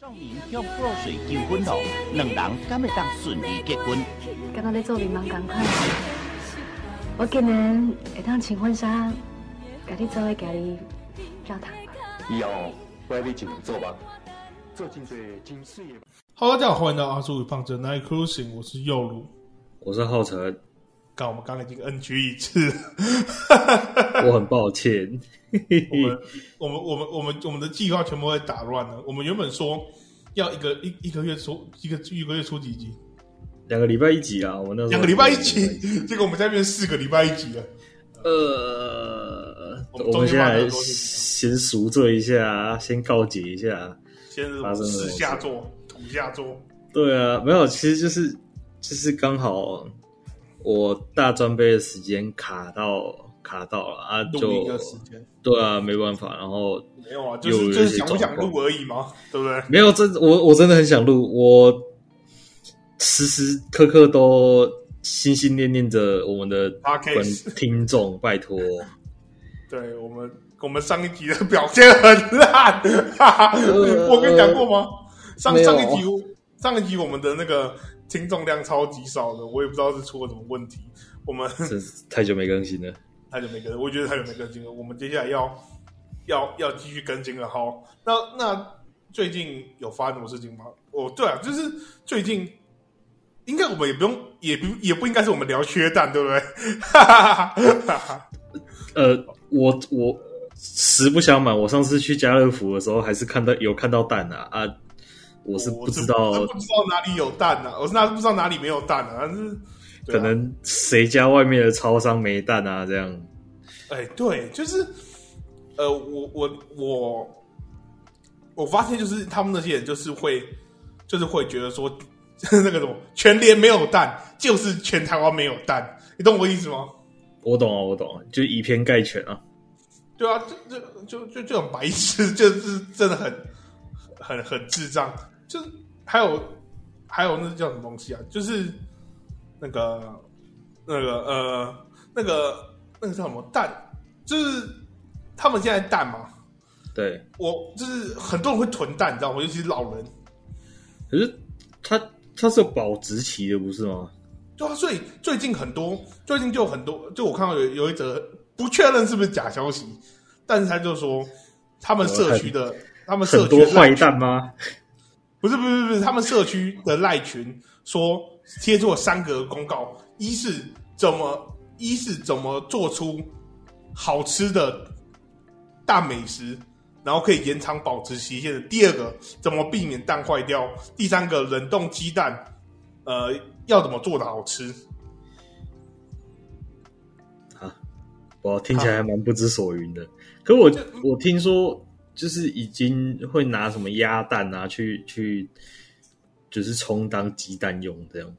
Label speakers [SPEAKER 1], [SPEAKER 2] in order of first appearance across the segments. [SPEAKER 1] 众人向破水求婚后，两人敢会当顺利结婚？
[SPEAKER 2] 刚刚在做面茫同款。我今年会当穿婚纱，家己做伙家己教堂。
[SPEAKER 3] 以后我要去上做梦，做真侪真水的。
[SPEAKER 4] Hello，大家好，欢迎来到阿叔与胖子 Night Cruising，我是右路。
[SPEAKER 5] 我是浩辰，
[SPEAKER 4] 刚我们刚刚已经 N 局一次，
[SPEAKER 5] 我很抱歉。
[SPEAKER 4] 我们我们我们我们我们的计划全部被打乱了。我们原本说要一个一一个月出一个一个月出几集，
[SPEAKER 5] 两个礼拜一集啊，我那时候
[SPEAKER 4] 两个礼拜一集， 结果我们现在变成四个礼拜一集了。
[SPEAKER 5] 呃，
[SPEAKER 4] 我们
[SPEAKER 5] 我们
[SPEAKER 4] 中间
[SPEAKER 5] 先
[SPEAKER 4] 发生
[SPEAKER 5] 来
[SPEAKER 4] 很多事
[SPEAKER 5] 先赎罪一下，先告解一下。
[SPEAKER 4] 先是
[SPEAKER 5] 发生了什
[SPEAKER 4] 四
[SPEAKER 5] 么事
[SPEAKER 4] 下座、土下座，
[SPEAKER 5] 对啊，没有，其实就是就是刚好我大专杯的时间卡到卡到了啊，
[SPEAKER 4] 录一个
[SPEAKER 5] 就
[SPEAKER 4] 时间
[SPEAKER 5] 对啊，没办法。然后
[SPEAKER 4] 没有啊，就是
[SPEAKER 5] 有一
[SPEAKER 4] 就
[SPEAKER 5] 些
[SPEAKER 4] 是想不想
[SPEAKER 5] 状
[SPEAKER 4] 录
[SPEAKER 5] 况
[SPEAKER 4] 而已嘛，对不对？
[SPEAKER 5] 没有真我我真的很想录，我时时刻刻都心心念念着我们的观
[SPEAKER 4] Podcast
[SPEAKER 5] 听众，拜托。
[SPEAKER 4] 对我们我们上一集的表现很烂， 哈哈
[SPEAKER 5] 呃
[SPEAKER 4] 我跟你讲过吗？上
[SPEAKER 5] 没有
[SPEAKER 4] 上一集上一集我们的那个听众量超级少的，我也不知道是出了什么问题。我们
[SPEAKER 5] 真是太久没更新了。
[SPEAKER 4] 太久没更，我觉得太久没更新了。我们接下来要要要继续更新了。好，那那最近有发生什么事情吗？哦，对啊，就是最近应该我们也不用，也不也不应该是我们聊缺蛋，对不 对？哈哈哈哈
[SPEAKER 5] 呃，我我实不相瞒，我上次去家乐福的时候，还是看到有看到蛋啊啊！我是不知道
[SPEAKER 4] 我，是不知道哪里有蛋呢、啊，我是那不知道哪里没有蛋啊，但是对
[SPEAKER 5] 可
[SPEAKER 4] 啊
[SPEAKER 5] 能谁家外面的超商没蛋啊，这样。
[SPEAKER 4] 哎，对，就是，呃，我我我，我发现就是他们那些人就是会，就是会觉得说， 那个什么全联没有蛋，就是全台湾没有蛋，你懂我意思吗？
[SPEAKER 5] 我懂啊，我懂啊，就以偏概全啊。
[SPEAKER 4] 对啊，就就就就这种白痴， 就是真的很很很智障。就是还有还有那叫什么东西啊？就是那个那个呃那个那个叫什么蛋？就是他们现在蛋嘛，
[SPEAKER 5] 对，
[SPEAKER 4] 我就是很多人会囤蛋，你知道吗？尤其是老人。
[SPEAKER 5] 可是它它是有保质期的，不是吗？
[SPEAKER 4] 对啊，所以最近很多，最近就有很多，就我看到有有一则不确认是不是假消息，但是他就说他们社区的，他们社
[SPEAKER 5] 很
[SPEAKER 4] 区
[SPEAKER 5] 多
[SPEAKER 4] 的
[SPEAKER 5] 坏蛋吗？
[SPEAKER 4] 不是不是不是，他们社区的赖群说贴出了三个公告：一是怎么，一是怎么做出好吃的大美食，然后可以延长保质期限的；第二个，怎么避免蛋坏掉；第三个，冷冻鸡蛋，呃，要怎么做的好吃？
[SPEAKER 5] 我啊听起来还蛮不知所云的。可我
[SPEAKER 4] 就
[SPEAKER 5] 我听说，就是已经会拿什么鸭蛋啊，去去，就是充当鸡蛋用这样。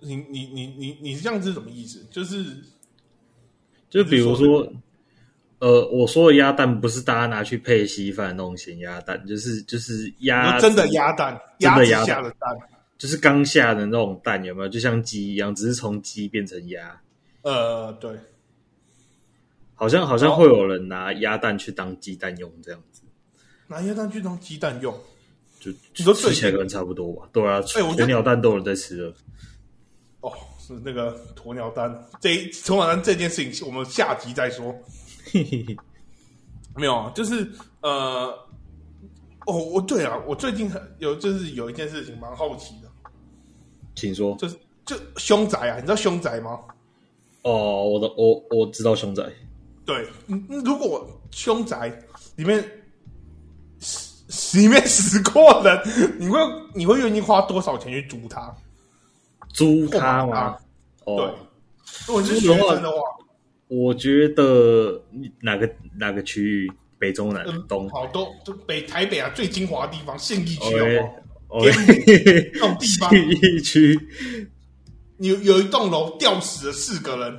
[SPEAKER 4] 你你你你你这样子是什么意思？就是
[SPEAKER 5] 就比如
[SPEAKER 4] 你是说
[SPEAKER 5] 说，呃，我说的鸭蛋不是大家拿去配稀饭的那种咸鸭蛋，就是就是
[SPEAKER 4] 你
[SPEAKER 5] 鸭
[SPEAKER 4] 说真的鸭蛋，
[SPEAKER 5] 真
[SPEAKER 4] 鸭
[SPEAKER 5] 的
[SPEAKER 4] 子
[SPEAKER 5] 鸭蛋
[SPEAKER 4] 下的蛋，
[SPEAKER 5] 就是刚下的那种蛋，有没有？就像鸡一样，只是从鸡变成鸭。
[SPEAKER 4] 呃，对。
[SPEAKER 5] 好像好像
[SPEAKER 4] 哦
[SPEAKER 5] 会有人拿鸭蛋去当鸡蛋用，这样子
[SPEAKER 4] 拿鸭蛋去当鸡蛋用，
[SPEAKER 5] 就
[SPEAKER 4] 你说
[SPEAKER 5] 就吃
[SPEAKER 4] 最
[SPEAKER 5] 起来可能差不多吧。对啊，
[SPEAKER 4] 哎我觉得
[SPEAKER 5] 鸵鸟蛋都有人在吃了。
[SPEAKER 4] 哦，是那个鸵鸟蛋。这一鸵鸟蛋这件事情，我们下集再说。
[SPEAKER 5] 嘿嘿嘿。
[SPEAKER 4] 没有，啊，就是呃，哦，我对啊，我最近很有就是有一件事情蛮好奇的，
[SPEAKER 5] 请说。
[SPEAKER 4] 就是就凶宅啊，你知道凶宅吗？
[SPEAKER 5] 哦，我的我我知道熊仔，
[SPEAKER 4] 对，嗯嗯如果凶宅里面死里面死过人，你会你会愿意花多少钱去租它？
[SPEAKER 5] 租他
[SPEAKER 4] 或买
[SPEAKER 5] 吗
[SPEAKER 4] 它？
[SPEAKER 5] 哦，
[SPEAKER 4] 如果你是学生的话，
[SPEAKER 5] 我觉得哪个哪个区域，北中南
[SPEAKER 4] 嗯，
[SPEAKER 5] 东
[SPEAKER 4] 好都就北台北啊最精华的地方，信义区好不
[SPEAKER 5] ，OK
[SPEAKER 4] 好？
[SPEAKER 5] OK，
[SPEAKER 4] 这种地 方，
[SPEAKER 5] 信义哦区，
[SPEAKER 4] 有有一栋楼吊死了四个人，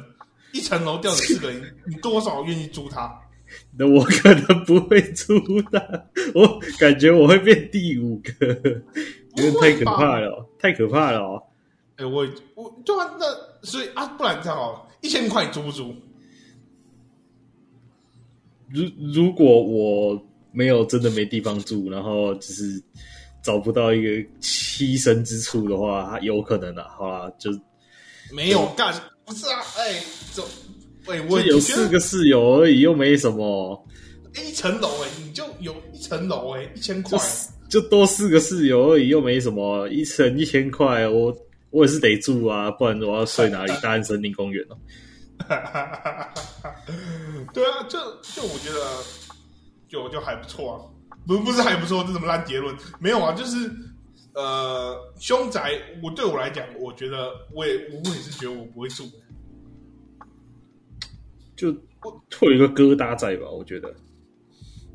[SPEAKER 4] 一层楼吊死四个 人，你多少愿意租它？
[SPEAKER 5] 那我可能不会租的，我感觉我会变第五个，有点太可怕了哦，太可怕了哦。
[SPEAKER 4] 哎、我我对啊，那所以啊，不然这样好了，一千块你租不租？
[SPEAKER 5] 如如果我没有真的没地方住，然后就是找不到一个栖身之处的话，有可能啊。好啦，就
[SPEAKER 4] 没有干，不是啊，哎、走，哎、我
[SPEAKER 5] 就有
[SPEAKER 4] 觉得
[SPEAKER 5] 四个室友而已，又没什么，
[SPEAKER 4] 一层楼哎，你就有一层楼哎，一千块
[SPEAKER 5] 就，就多四个室友而已，又没什么，一层一千块，我我也是得住啊，不然我要睡哪里？大安森林公园哦、
[SPEAKER 4] 对啊，这这我觉得就就还不错啊，不不是还不错，这什么烂结论？没有啊，就是呃，凶宅，我对我来讲，我觉得我也我也是觉得我不会住，
[SPEAKER 5] 就会有一个疙瘩在吧？我觉得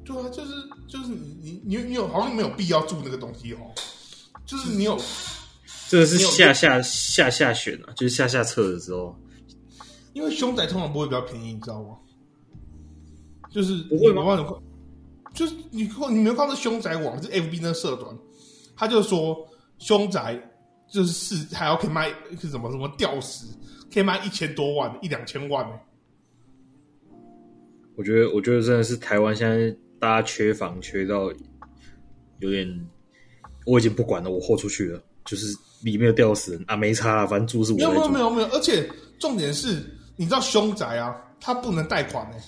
[SPEAKER 4] 对啊，就是就是你你你你有好像没有必要住那个东西哦，就是你有
[SPEAKER 5] 真的是下下下下选啊，就是下下策的时候，
[SPEAKER 4] 因为凶宅通常不会比较便宜，你知道吗？就是
[SPEAKER 5] 不会
[SPEAKER 4] 你
[SPEAKER 5] 吗
[SPEAKER 4] 没办法就是你看，你没有看到凶宅网，是 FB 那社团，他就说凶宅就是是还要可以卖是什么什么吊石，可以卖一千多万、一两千万、欸。
[SPEAKER 5] 我觉得，我觉得真的是台湾现在大家缺房缺到有点，我已经不管了，我豁出去了，就是里面有吊死人啊，没差啦，反正住是我
[SPEAKER 4] 没
[SPEAKER 5] 在
[SPEAKER 4] 有没有
[SPEAKER 5] 住，
[SPEAKER 4] 没有没有，而且重点是，你知道凶宅啊，它不能贷款哎、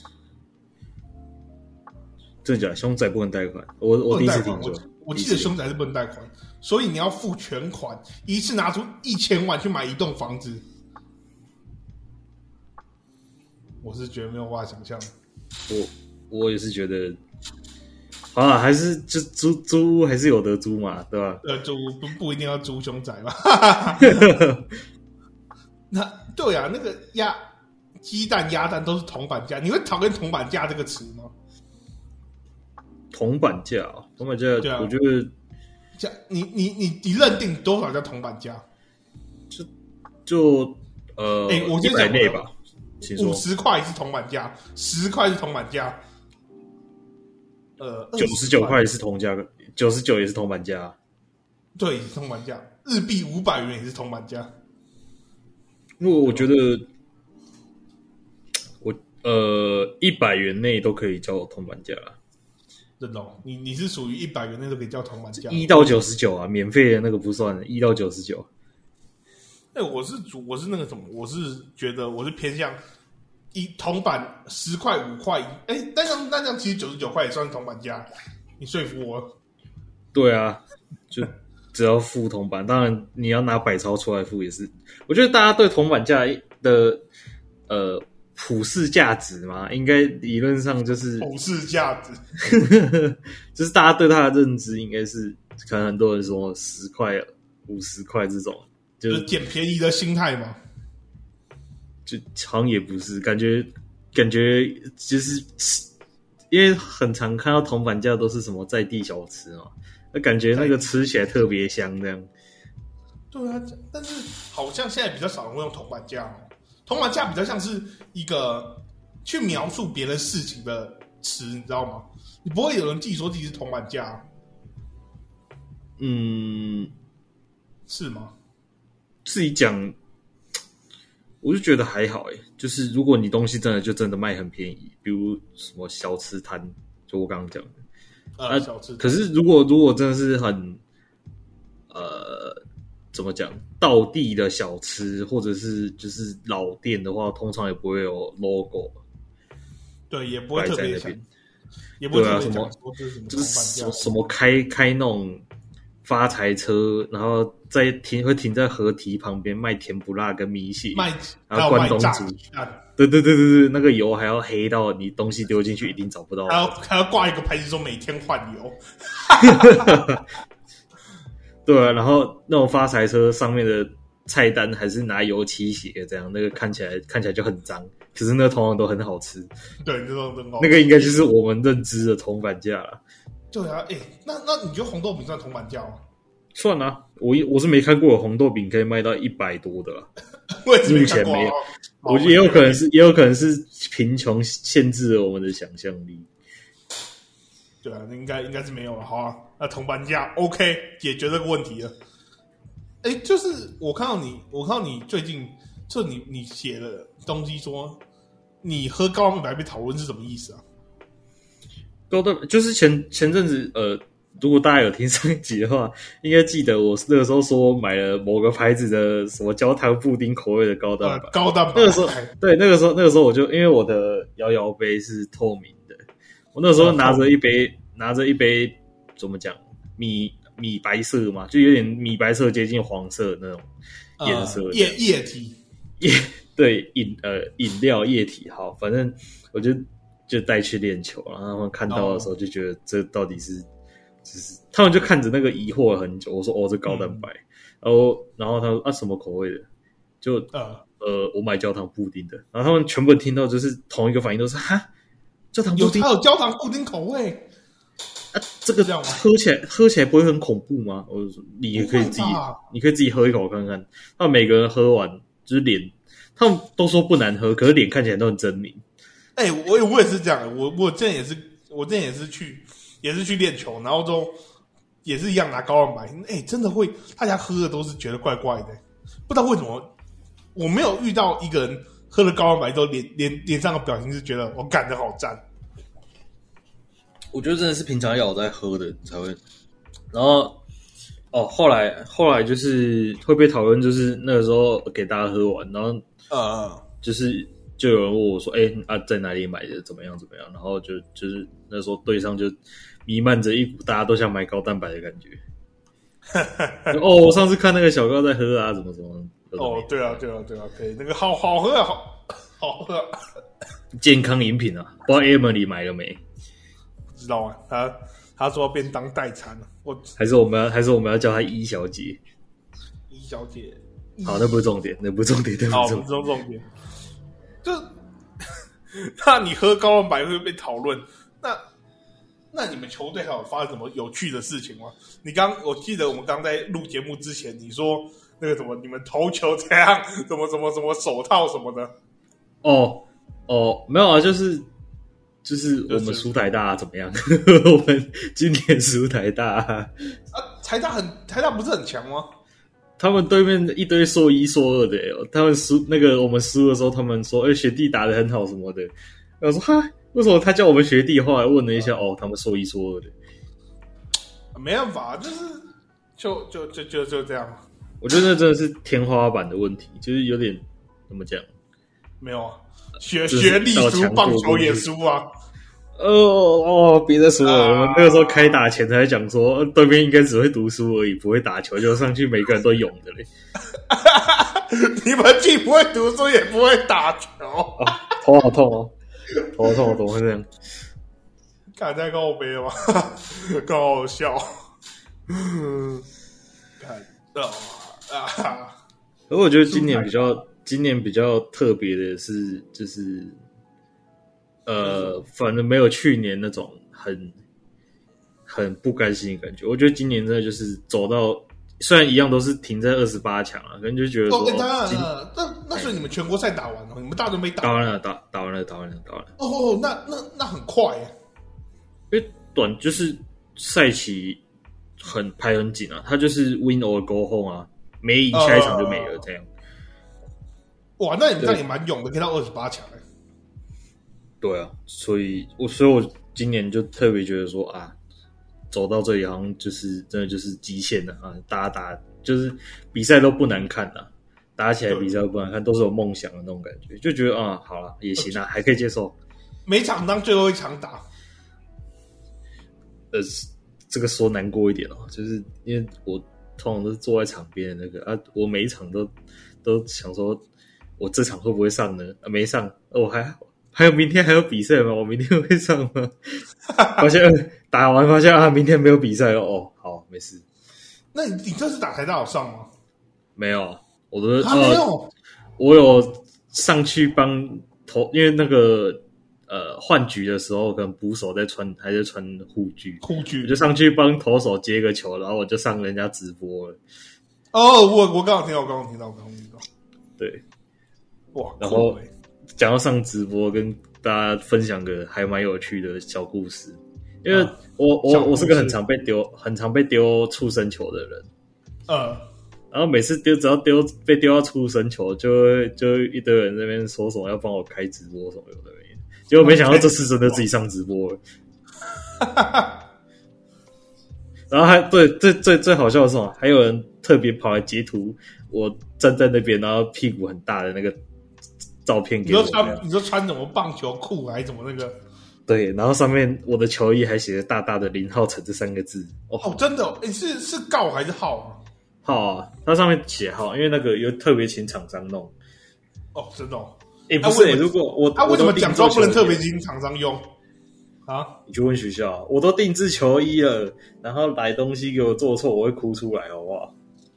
[SPEAKER 5] 真的假的？凶宅不能贷款，我
[SPEAKER 4] 不
[SPEAKER 5] 我第
[SPEAKER 4] 能
[SPEAKER 5] 一
[SPEAKER 4] 贷
[SPEAKER 5] 次
[SPEAKER 4] 款。
[SPEAKER 5] 听说
[SPEAKER 4] 我，我
[SPEAKER 5] 第一
[SPEAKER 4] 记
[SPEAKER 5] 次
[SPEAKER 4] 得
[SPEAKER 5] 听
[SPEAKER 4] 凶宅是不能贷款，所以你要付全款，一次拿出一千万去买一栋房子。我是觉得没有办法想象，
[SPEAKER 5] 我我也是觉得，好啊，还是就租租屋还是有得租嘛，对吧？
[SPEAKER 4] 呃，租不不一定要租凶宅吧？ 那对啊，那个鸭鸡蛋鸭蛋都是铜板价，你会讨厌铜板价这个词吗？
[SPEAKER 5] 铜板价哦，铜板价
[SPEAKER 4] 对，啊
[SPEAKER 5] 我觉得
[SPEAKER 4] 价，你你你你认定多少叫铜板价？
[SPEAKER 5] 就呃，
[SPEAKER 4] 哎我
[SPEAKER 5] 一
[SPEAKER 4] 先
[SPEAKER 5] 百
[SPEAKER 4] 讲
[SPEAKER 5] 内
[SPEAKER 4] 我的
[SPEAKER 5] 吧，请说
[SPEAKER 4] 五十块是铜板价，十块是铜板价，呃，
[SPEAKER 5] 九十九
[SPEAKER 4] 29
[SPEAKER 5] 块是铜价，九十九也是铜板价啊。
[SPEAKER 4] 对，铜板价，日币五百元也是铜板价。
[SPEAKER 5] 因为我觉得，我呃一百元内都可以叫铜板价啦，
[SPEAKER 4] 认同，哦你你是属于一百元那都可以叫铜板价。
[SPEAKER 5] 一到九十九啊，免费的那个不算，一到九十九。
[SPEAKER 4] 哎、我是主，我是那个什么，我是觉得我是偏向一铜板十块五块，哎、但是那这样其实九十九块也算是铜板价。你说服我，
[SPEAKER 5] 对啊，就只要付铜板，当然你要拿百钞出来付也是。我觉得大家对铜板价的呃普世价值嘛，应该理论上就是
[SPEAKER 4] 普世价值，
[SPEAKER 5] 就是大家对它的认知应该是，可能很多人说十块、五十块这种，就
[SPEAKER 4] 就是是捡便宜的心态嘛。
[SPEAKER 5] 就好像也不是，感觉感觉就是因为很常看到铜板价都是什么在地小吃嘛，那感觉那个吃起来特别香这样。
[SPEAKER 4] 对啊，但是好像现在比较少人会用铜板价哦。铜板价比较像是一个去描述别人事情的词，你知道吗？你不会有人自己说自己是铜板价、啊
[SPEAKER 5] 嗯，
[SPEAKER 4] 是吗？
[SPEAKER 5] 自己讲，我就觉得还好诶、欸就是如果你东西真的就真的卖很便宜，比如什么小吃摊，就我刚刚讲的，
[SPEAKER 4] 呃，
[SPEAKER 5] 啊
[SPEAKER 4] 小吃
[SPEAKER 5] 可是如果如果真的是很，呃，怎么讲，道地的小吃或者是就是老店的话，通常也不会有 logo，
[SPEAKER 4] 对也不会
[SPEAKER 5] 摆
[SPEAKER 4] 特
[SPEAKER 5] 在
[SPEAKER 4] 别
[SPEAKER 5] 那
[SPEAKER 4] 想
[SPEAKER 5] 边，
[SPEAKER 4] 也不会
[SPEAKER 5] 对
[SPEAKER 4] 特
[SPEAKER 5] 啊
[SPEAKER 4] 别
[SPEAKER 5] 什么
[SPEAKER 4] 讲说这是什么
[SPEAKER 5] 就
[SPEAKER 4] 铜
[SPEAKER 5] 是什么
[SPEAKER 4] 板价。
[SPEAKER 5] 什么开开那种发财车，然后再停会停在河堤旁边卖甜不辣跟米血，
[SPEAKER 4] 啊卖还
[SPEAKER 5] 然
[SPEAKER 4] 有
[SPEAKER 5] 后啊关
[SPEAKER 4] 卖
[SPEAKER 5] 东
[SPEAKER 4] 炸
[SPEAKER 5] 煮
[SPEAKER 4] 鸡蛋，
[SPEAKER 5] 对对对对对，那个油还要黑到你东西丢进去一定找不到。
[SPEAKER 4] 啊还要还要挂一个牌子说每天换油，
[SPEAKER 5] 对啊，然后那种发财车上面的菜单还是拿油漆写的，这样那个看起来看起来就很脏，可是那个通常都很好吃。
[SPEAKER 4] 对，这种很好。
[SPEAKER 5] 那个应该就是我们认知的铜板价了。
[SPEAKER 4] 对啊，哎、那那你觉得红豆饼算铜板价吗？
[SPEAKER 5] 算啦、我我是没看过有红豆饼可以卖到一百多的啦，
[SPEAKER 4] 我也是没看过、
[SPEAKER 5] 目
[SPEAKER 4] 啊
[SPEAKER 5] 前没有。
[SPEAKER 4] 好
[SPEAKER 5] 我觉得也有可能是也有可能是贫穷限制了我们的想象力。
[SPEAKER 4] 对啊，那应该应该是没有了。好啊，那铜板价 OK 解决这个问题了。哎，就是我看到你，我看到你最近就你你写的东西说，你喝高粱白被讨论是什么意思啊？
[SPEAKER 5] 高蛋白就是前前阵子呃，如果大家有听上一集的话，应该记得我那个时候说买了某个牌子的什么焦糖布丁口味的高蛋
[SPEAKER 4] 呃
[SPEAKER 5] 白。
[SPEAKER 4] 高蛋白
[SPEAKER 5] 那个时候，对，那个时候，那个时候我就因为我的摇摇杯是透明的，我那时
[SPEAKER 4] 哦
[SPEAKER 5] 候拿着一杯，拿着一杯怎么讲，米米白色嘛，就有点米白色接近黄色的那种
[SPEAKER 4] 呃
[SPEAKER 5] 颜色的。
[SPEAKER 4] 液液体，
[SPEAKER 5] 液对饮呃饮料液体，好，反正我就就带去练球，然后他们看到的
[SPEAKER 4] 哦
[SPEAKER 5] 时候就觉得这到底是，就是他们就看着那个疑惑了很久。我说哦，这高蛋
[SPEAKER 4] 嗯
[SPEAKER 5] 白，然后然后他说啊什么口味的，就
[SPEAKER 4] 呃，
[SPEAKER 5] 呃我买焦糖布丁的，然后他们全部听到就是同一个反应，都是哈焦糖布
[SPEAKER 4] 有
[SPEAKER 5] 丁
[SPEAKER 4] 它有焦糖布丁口味，
[SPEAKER 5] 啊，这个
[SPEAKER 4] 这样吗
[SPEAKER 5] 喝起来喝起来不会很恐怖吗？我就说你也可以自己
[SPEAKER 4] 不会吧，
[SPEAKER 5] 你可以自己喝一口看看。他们每个人喝完就是脸，他们都说不难喝，可是脸看起来都很狰狞。
[SPEAKER 4] 哎、我也我也是这样，我我之前也是，我之前也是去也是去练球，然后之后也是一样拿高蛋白，哎、真的会，大家喝的都是觉得怪怪的，不知道为什么，我没有遇到一个人喝了高蛋白之后脸脸脸上的表情是觉得我干的好赞，
[SPEAKER 5] 我觉得真的是平常要有在喝的才会。然后哦，后来后来就是会被讨论，就是那个时候给大家喝完，然后
[SPEAKER 4] 呃，
[SPEAKER 5] 就是就有人问我说：“哎、啊，在哪里买的？怎么样？怎么样？”然后就就是那时候队上就弥漫着一股大家都想买高蛋白的感觉。 就哦，我上次看那个小高在喝啊，怎么怎么有的没
[SPEAKER 4] 哦
[SPEAKER 5] 的，
[SPEAKER 4] 对啊，对啊，对啊，可以，那个好好喝啊，好好喝啊、
[SPEAKER 5] 健康饮品啊，不知道 Emily 买了没？
[SPEAKER 4] 不知道啊，他他说要便当代餐了，我
[SPEAKER 5] 还是我们要还是我们要叫她一小姐？
[SPEAKER 4] 一小姐，
[SPEAKER 5] 好，那不是重点，那不是重点，那
[SPEAKER 4] 好，
[SPEAKER 5] 不
[SPEAKER 4] 我
[SPEAKER 5] 是重
[SPEAKER 4] 们
[SPEAKER 5] 点。
[SPEAKER 4] 重重点，就 那你喝高蛋白会被讨论，那那你们球队还有发生什么有趣的事情吗？你刚我记得我们刚在录节目之前，你说那个什么，你们投球怎样，怎么怎么怎么手套什么的，
[SPEAKER 5] 哦哦，没有啊，就是就是
[SPEAKER 4] 就是
[SPEAKER 5] 我们输台大、啊怎么样？ 我们今年输台大、
[SPEAKER 4] 啊，台大很台大不是很强吗？
[SPEAKER 5] 他们对面一堆硕一硕二的、欸，他们输那个我们输的时候，他们说：“哎、学弟打的很好什么的。”我说：“哈，为什么他叫我们学弟？”后来问了一下，哦，他们硕一硕二的。
[SPEAKER 4] 没办法，就是就就就就就这样，
[SPEAKER 5] 我觉得那真的是天花板的问题，就是有点怎么讲？
[SPEAKER 4] 没有啊，学
[SPEAKER 5] 就是
[SPEAKER 4] 学历
[SPEAKER 5] 到
[SPEAKER 4] 输，
[SPEAKER 5] 强
[SPEAKER 4] 棒
[SPEAKER 5] 度
[SPEAKER 4] 球也
[SPEAKER 5] 就是
[SPEAKER 4] 输啊，
[SPEAKER 5] 哦哦，别再说了，
[SPEAKER 4] 啊
[SPEAKER 5] 我们那个时候开打前才讲说，呃对面应该只会读书而已，不会打球，就上去每个人都勇的嘞，
[SPEAKER 4] 你们既不会读书，也不会打球。
[SPEAKER 5] 头好痛哦，头好痛，怎么会这样？
[SPEAKER 4] 敢在告别吗？ 更好笑。 看到啊，
[SPEAKER 5] 而我觉得今年比较今年比较特别的是，就是呃，反正没有去年那种很很不甘心的感觉。我觉得今年真的就是走到虽然一样都是停在二十八强啊，可能就觉得说，
[SPEAKER 4] 哦，欸
[SPEAKER 5] 哦
[SPEAKER 4] 当然
[SPEAKER 5] 今
[SPEAKER 4] 了，那那所以你们全国赛打完了，你们大准备打
[SPEAKER 5] 打
[SPEAKER 4] 哦
[SPEAKER 5] 完了，打打完了，打完了，打完了，
[SPEAKER 4] 哦，那那那很快耶，
[SPEAKER 5] 因为短就是赛期很排很紧啊，他就是 win or go home 啊，没赢下一场就没了这样。
[SPEAKER 4] 哇，那你们这样
[SPEAKER 5] 对
[SPEAKER 4] 也蛮勇的，可以到二十八强耶
[SPEAKER 5] 对啊，所以我所以我今年就特别觉得说啊，走到这里好像就是真的就是极限了啊！打打就是比赛都不难看啊，打起来比赛都不难看，都是有梦想的那种感觉，就觉得啊，好了也行啊，还可以接受。
[SPEAKER 4] 每场当最后一场打，
[SPEAKER 5] 呃，这个说难过一点哦，就是因为我通常都是坐在场边的那个啊，我每一场都都想说，我这场会不会上呢？啊、没上，哦我、还好还有明天还有比赛吗？我明天会上吗？ 发现呃打完发现啊，明天没有比赛了哦，好，没事，
[SPEAKER 4] 那你你这次打台大有上吗？
[SPEAKER 5] 没有，我的
[SPEAKER 4] 啊，没
[SPEAKER 5] 呃
[SPEAKER 4] 有，
[SPEAKER 5] 我有上去帮投，因为那个呃换局的时候，可能捕手在穿还在穿护具，
[SPEAKER 4] 护
[SPEAKER 5] 我
[SPEAKER 4] 具
[SPEAKER 5] 就上去帮投手接个球，然后我就上人家直播了。
[SPEAKER 4] 哦，我我刚好听到，我刚好听到，我刚好听到，
[SPEAKER 5] 对，
[SPEAKER 4] 哇，
[SPEAKER 5] 然后
[SPEAKER 4] 酷耶
[SPEAKER 5] 讲到上直播，跟大家分享个还蛮有趣的小故事，因为
[SPEAKER 4] 啊
[SPEAKER 5] 我、
[SPEAKER 4] 小
[SPEAKER 5] 我
[SPEAKER 4] 故
[SPEAKER 5] 我
[SPEAKER 4] 事
[SPEAKER 5] 是个很常被丢、很常被丢畜生球的人，
[SPEAKER 4] 呃，
[SPEAKER 5] 然后每次丢只要丢被丢到畜生球，就会就会一堆人 在那边说什么要帮我开直播什么有的没的，结果没想到这次真的自己上直播了，然后还对最最最好笑的是什么？还有人特别跑来截图我站在那边，然后屁股很大的那个照片
[SPEAKER 4] 你
[SPEAKER 5] 给我
[SPEAKER 4] 说。穿你说穿什么棒球裤还是怎么那个？
[SPEAKER 5] 对，然后上面我的球衣还写着大大的林浩辰这三个字。哦，
[SPEAKER 4] 哦，真的、哦，诶是是告还是号啊？
[SPEAKER 5] 浩啊，它上面写浩，因为那个有特别请厂商弄。
[SPEAKER 4] 哦，真的、哦。
[SPEAKER 5] 哎，
[SPEAKER 4] 啊
[SPEAKER 5] 不是、
[SPEAKER 4] 为什么
[SPEAKER 5] 如果我
[SPEAKER 4] 他、为什么奖状不
[SPEAKER 5] 装
[SPEAKER 4] 能特别请厂商用啊？
[SPEAKER 5] 你去问学校，我都定制球衣了，然后来东西给我做错，我会哭出来，好不好？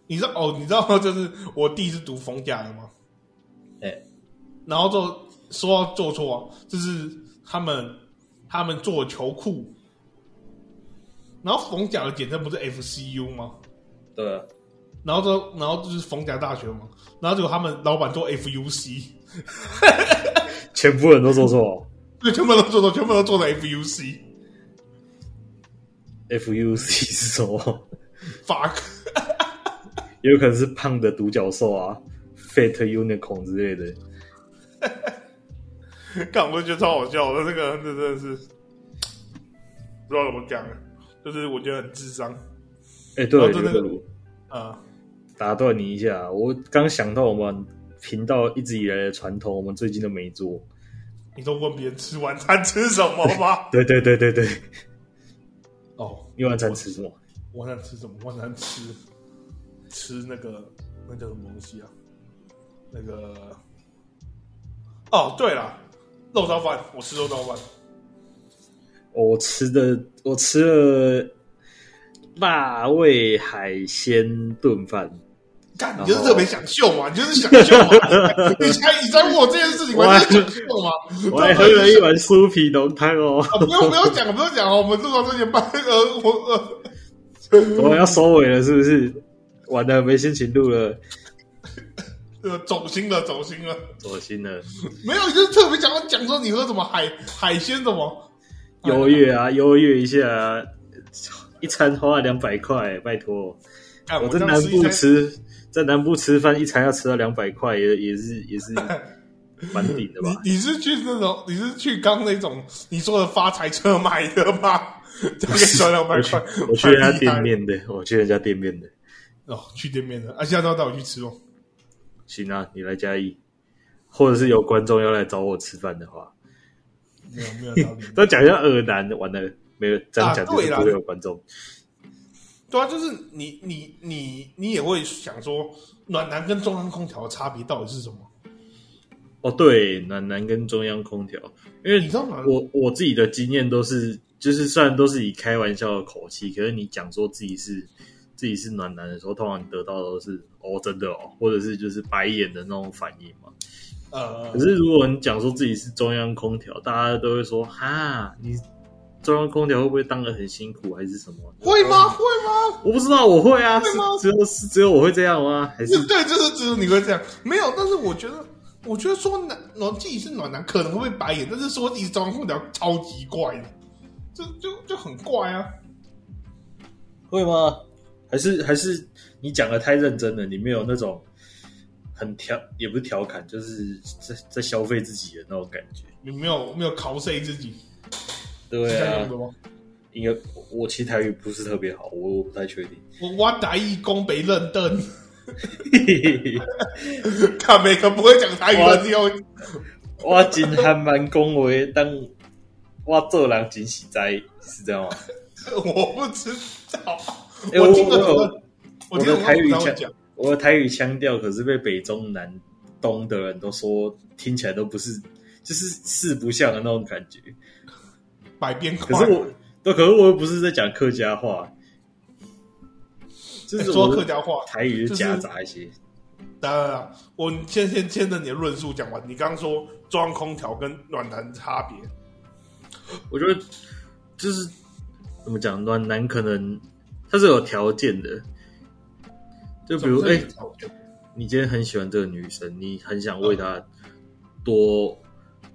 [SPEAKER 4] 你知道哦？你知道 就是我弟是读逢甲的吗？
[SPEAKER 5] 哎、
[SPEAKER 4] 然后就说到做错啊，就是他们他们做球裤，然后逢甲的简称不是 FCU 吗？
[SPEAKER 5] 对啊，
[SPEAKER 4] 然后就然后就是逢甲大学嘛，然后结果他们老板做 FUC，
[SPEAKER 5] 全部人都做错
[SPEAKER 4] 对，全部都做错，全部都做成 FUC。
[SPEAKER 5] ，FUC 是什么？
[SPEAKER 4] fuck，
[SPEAKER 5] 也有可能是胖的独角兽啊，Fat Unicorn 之类的。
[SPEAKER 4] 干，我就觉得超好笑的，这个这真的是不知道怎么讲，就是我觉得很智商
[SPEAKER 5] 哎、对
[SPEAKER 4] 哦
[SPEAKER 5] 了，
[SPEAKER 4] 对
[SPEAKER 5] 刘
[SPEAKER 4] 对
[SPEAKER 5] 德儒，
[SPEAKER 4] 啊、
[SPEAKER 5] 打断你一下，我刚想到我们频道一直以来的传统，我们最近都没做。
[SPEAKER 4] 你都问别人吃晚餐吃什么吗？
[SPEAKER 5] 对对对对对，
[SPEAKER 4] 哦，
[SPEAKER 5] 你晚餐吃什么？
[SPEAKER 4] 晚餐吃什么？晚餐吃吃那个那叫什么东西啊？那个哦，对了，肉燥饭，我吃肉燥饭。
[SPEAKER 5] 我吃的我吃了辣味海鲜炖饭。
[SPEAKER 4] 干，你就是特别想秀嘛，你就是想秀嘛， 你才你在问我这件事情，我就是想秀嘛。
[SPEAKER 5] 我还喝了一碗酥皮浓汤哦，
[SPEAKER 4] 啊，不用不用讲了，不用讲哦了，我们录到这点半，呃，我呃，
[SPEAKER 5] 我要收尾了，是不是？完了，没心情录了，
[SPEAKER 4] 呃，走心了，走心了。
[SPEAKER 5] 走心了。
[SPEAKER 4] 没有，你就是特别想要讲说你喝什么海海鲜什么，
[SPEAKER 5] 优越啊，优越一下啊，一餐花两百块，拜托。
[SPEAKER 4] 干
[SPEAKER 5] 我
[SPEAKER 4] 啊这
[SPEAKER 5] 在
[SPEAKER 4] 样
[SPEAKER 5] 南
[SPEAKER 4] 吃一
[SPEAKER 5] 部
[SPEAKER 4] 餐
[SPEAKER 5] 吃，在南部吃饭一餐要吃到两百块，也也是也是蛮顶的吧？
[SPEAKER 4] 你你是去那种，你是去刚那种你说的发财车买的吗？这个赚两百块，
[SPEAKER 5] 我去人
[SPEAKER 4] 蛮
[SPEAKER 5] 家
[SPEAKER 4] 厉害
[SPEAKER 5] 店面的，我去人家店面的。
[SPEAKER 4] 哦，去店面的啊，下次要带我去吃哦。
[SPEAKER 5] 行啊，你来嘉义，或者是有观众要来找我吃饭的话，，
[SPEAKER 4] 没有没有道理
[SPEAKER 5] 都讲一下耳男，完了没有这样讲
[SPEAKER 4] 啊
[SPEAKER 5] 就是
[SPEAKER 4] 对啦
[SPEAKER 5] 不会有观众。
[SPEAKER 4] 对啊，就是你你你你也会想说，暖男跟中央空调的差别到底是什么？
[SPEAKER 5] 哦，对，暖男跟中央空调，因为
[SPEAKER 4] 你知道暖
[SPEAKER 5] 我我自己的经验都是，就是虽然都是以开玩笑的口气，可是你讲说自己是自己是暖男的时候，通常得到的都是哦真的哦，或者是就是白眼的那种反应嘛。
[SPEAKER 4] 呃
[SPEAKER 5] 可，是如果你讲说自己是中央空调，大家都会说哈，你中央空调会不会当的很辛苦还是什么？啊
[SPEAKER 4] 会吗？会吗？
[SPEAKER 5] 我不知道，我会啊，
[SPEAKER 4] 会吗
[SPEAKER 5] 是只有是只有我会这样吗？还是
[SPEAKER 4] 是对，就是只有你会这样，没有。但是我觉得，我觉得说暖暖自己是暖男可能会被白眼，但是说自己中央空调超级怪的，就就就很怪啊。
[SPEAKER 5] 会吗？还是还是你讲的太认真了，你没有那种很调，也不是调侃，就是在在消费自己的那种感觉。
[SPEAKER 4] 你没有没有 cos 自己，是
[SPEAKER 5] 对
[SPEAKER 4] 这样
[SPEAKER 5] 啊
[SPEAKER 4] 用的，吗？
[SPEAKER 5] 因为我其实台语不是特别好，我我不太确定。
[SPEAKER 4] 我我台语讲北认灯， 看每个不会讲台语
[SPEAKER 5] 我
[SPEAKER 4] 的只有
[SPEAKER 5] 我真还蛮恭维，但我做人真实在，是这样吗？
[SPEAKER 4] 我不知道。
[SPEAKER 5] 哎
[SPEAKER 4] 我
[SPEAKER 5] 我
[SPEAKER 4] 听得懂我
[SPEAKER 5] 我有，我
[SPEAKER 4] 听
[SPEAKER 5] 的
[SPEAKER 4] 得懂
[SPEAKER 5] 台语
[SPEAKER 4] 他们
[SPEAKER 5] 腔
[SPEAKER 4] 讲，
[SPEAKER 5] 我的台语腔调可是被北中南东的人都说听起来都不是，就是四不像的那种感觉。
[SPEAKER 4] 百变
[SPEAKER 5] 可
[SPEAKER 4] 快。
[SPEAKER 5] 是我，对，可是我又不是在讲客家话，就
[SPEAKER 4] 哎
[SPEAKER 5] 是
[SPEAKER 4] 说
[SPEAKER 5] 我
[SPEAKER 4] 客家话，
[SPEAKER 5] 台语就
[SPEAKER 4] 就是
[SPEAKER 5] 夹杂一些。
[SPEAKER 4] 当然了，我先先先着你的论述讲完。你刚刚说中央空调跟暖男差别，
[SPEAKER 5] 我觉得就是怎么讲，暖男可能他是有条件的，就比如哎、你今天很喜欢这个女生，你很想为她多